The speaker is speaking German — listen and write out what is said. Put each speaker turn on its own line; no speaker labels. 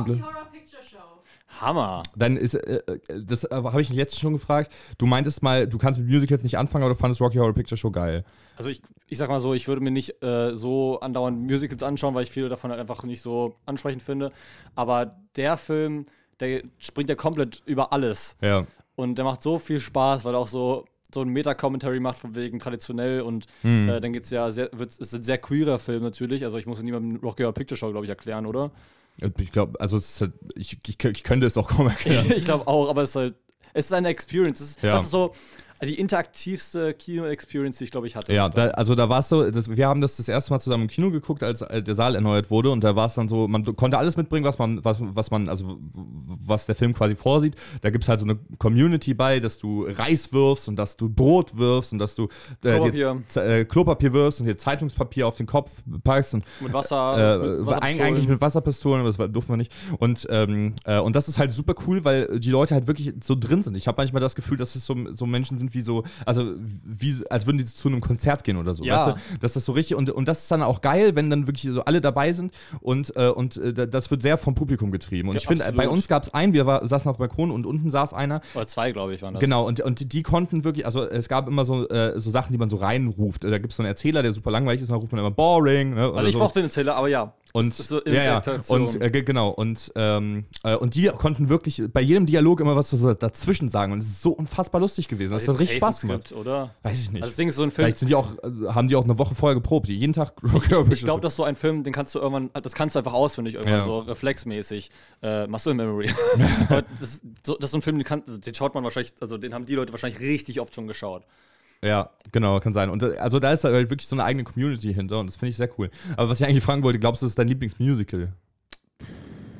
Rocky
Gl-
Horror Picture Show.
Hammer.
Dann ist, äh, äh, das äh, habe ich letztens schon gefragt. Du meintest mal, du kannst mit Musicals nicht anfangen, aber du fandest Rocky Horror Picture Show geil.
Also ich, ich sag mal so, ich würde mir nicht äh, so andauernd Musicals anschauen, weil ich viele davon halt einfach nicht so ansprechend finde. Aber der Film, der springt ja komplett über alles.
Ja.
Und der macht so viel Spaß, weil er auch so, so ein Meta-Commentary macht von wegen traditionell und
Hm.
äh, dann geht's ja sehr, wird, ist ein sehr queerer Film natürlich. Also ich muss niemandem Rocky Horror Picture Show, glaube ich, erklären, oder?
Ich glaube, also es ist halt, ich, ich, ich könnte es auch kaum erklären.
ich glaube auch, aber es ist halt, es ist eine Experience. Es ist,
Ja.
Das ist so die interaktivste Kino-Experience, die ich, glaube ich, hatte.
Ja, da, also da war es so, das, wir haben das das erste Mal zusammen im Kino geguckt, als äh, der Saal erneuert wurde und da war es dann so, man konnte alles mitbringen, was man, was, was man, also w- w- was der Film quasi vorsieht. Da gibt es halt so eine Community bei, dass du Reis wirfst und dass du Brot wirfst und dass du äh,
Klopapier.
Dir, Z- äh, Klopapier wirfst und dir Zeitungspapier auf den Kopf packst und
Mit Wasser,
äh,
mit
eig- eigentlich
Wasserpistolen.
mit Wasserpistolen, aber das war- durften wir nicht. Und, ähm, äh, und das ist halt super cool, weil die Leute halt wirklich so drin sind. Ich habe manchmal das Gefühl, dass es so, so Menschen sind wie so, also wie, als würden die zu einem Konzert gehen oder so.
Ja.
Weißt du? Dass das so richtig und, und das ist dann auch geil, wenn dann wirklich so alle dabei sind und, äh, und äh, da- das wird sehr vom Publikum getrieben. Und
Ja,
ich finde, äh, bei
absolut.
uns gab es einen, wir war, saßen auf dem Balkon und unten saß einer,
Oder zwei, glaube ich, waren das.
Genau, und, und die- die konnten wirklich, also es gab immer so, äh, so Sachen, die man so reinruft. Da gibt es so einen Erzähler, der super langweilig ist, und dann ruft man immer Boring. Ne, oder
Also ich
sowas.
mochte den Zähler, aber ja.
Und,
Das ist so in
ja, ja.
Interaktion.
und äh, ge- genau, und, ähm, äh, und die konnten wirklich bei jedem Dialog immer was so dazwischen sagen. Und es ist so unfassbar lustig gewesen. Das hat
Safe
richtig Spaß
ein
gemacht.
Skript, oder?
Weiß ich nicht.
Also das Ding ist so ein Film.
Vielleicht sind die auch, äh, haben die auch eine Woche vorher geprobt, die jeden Tag
Ich glaube, das ist so ein Film, den kannst du irgendwann, das kannst du einfach auswendig irgendwann
Ja.
so reflexmäßig. Äh, Muscle Memory. Aber das, so, das ist so ein Film, den, kann, den schaut man wahrscheinlich, also den haben die Leute wahrscheinlich richtig oft schon geschaut.
Ja, genau, kann sein. Und äh, also da ist halt wirklich so eine eigene Community hinter und das finde ich sehr cool. Aber was ich eigentlich fragen wollte, glaubst du, das ist dein Lieblingsmusical?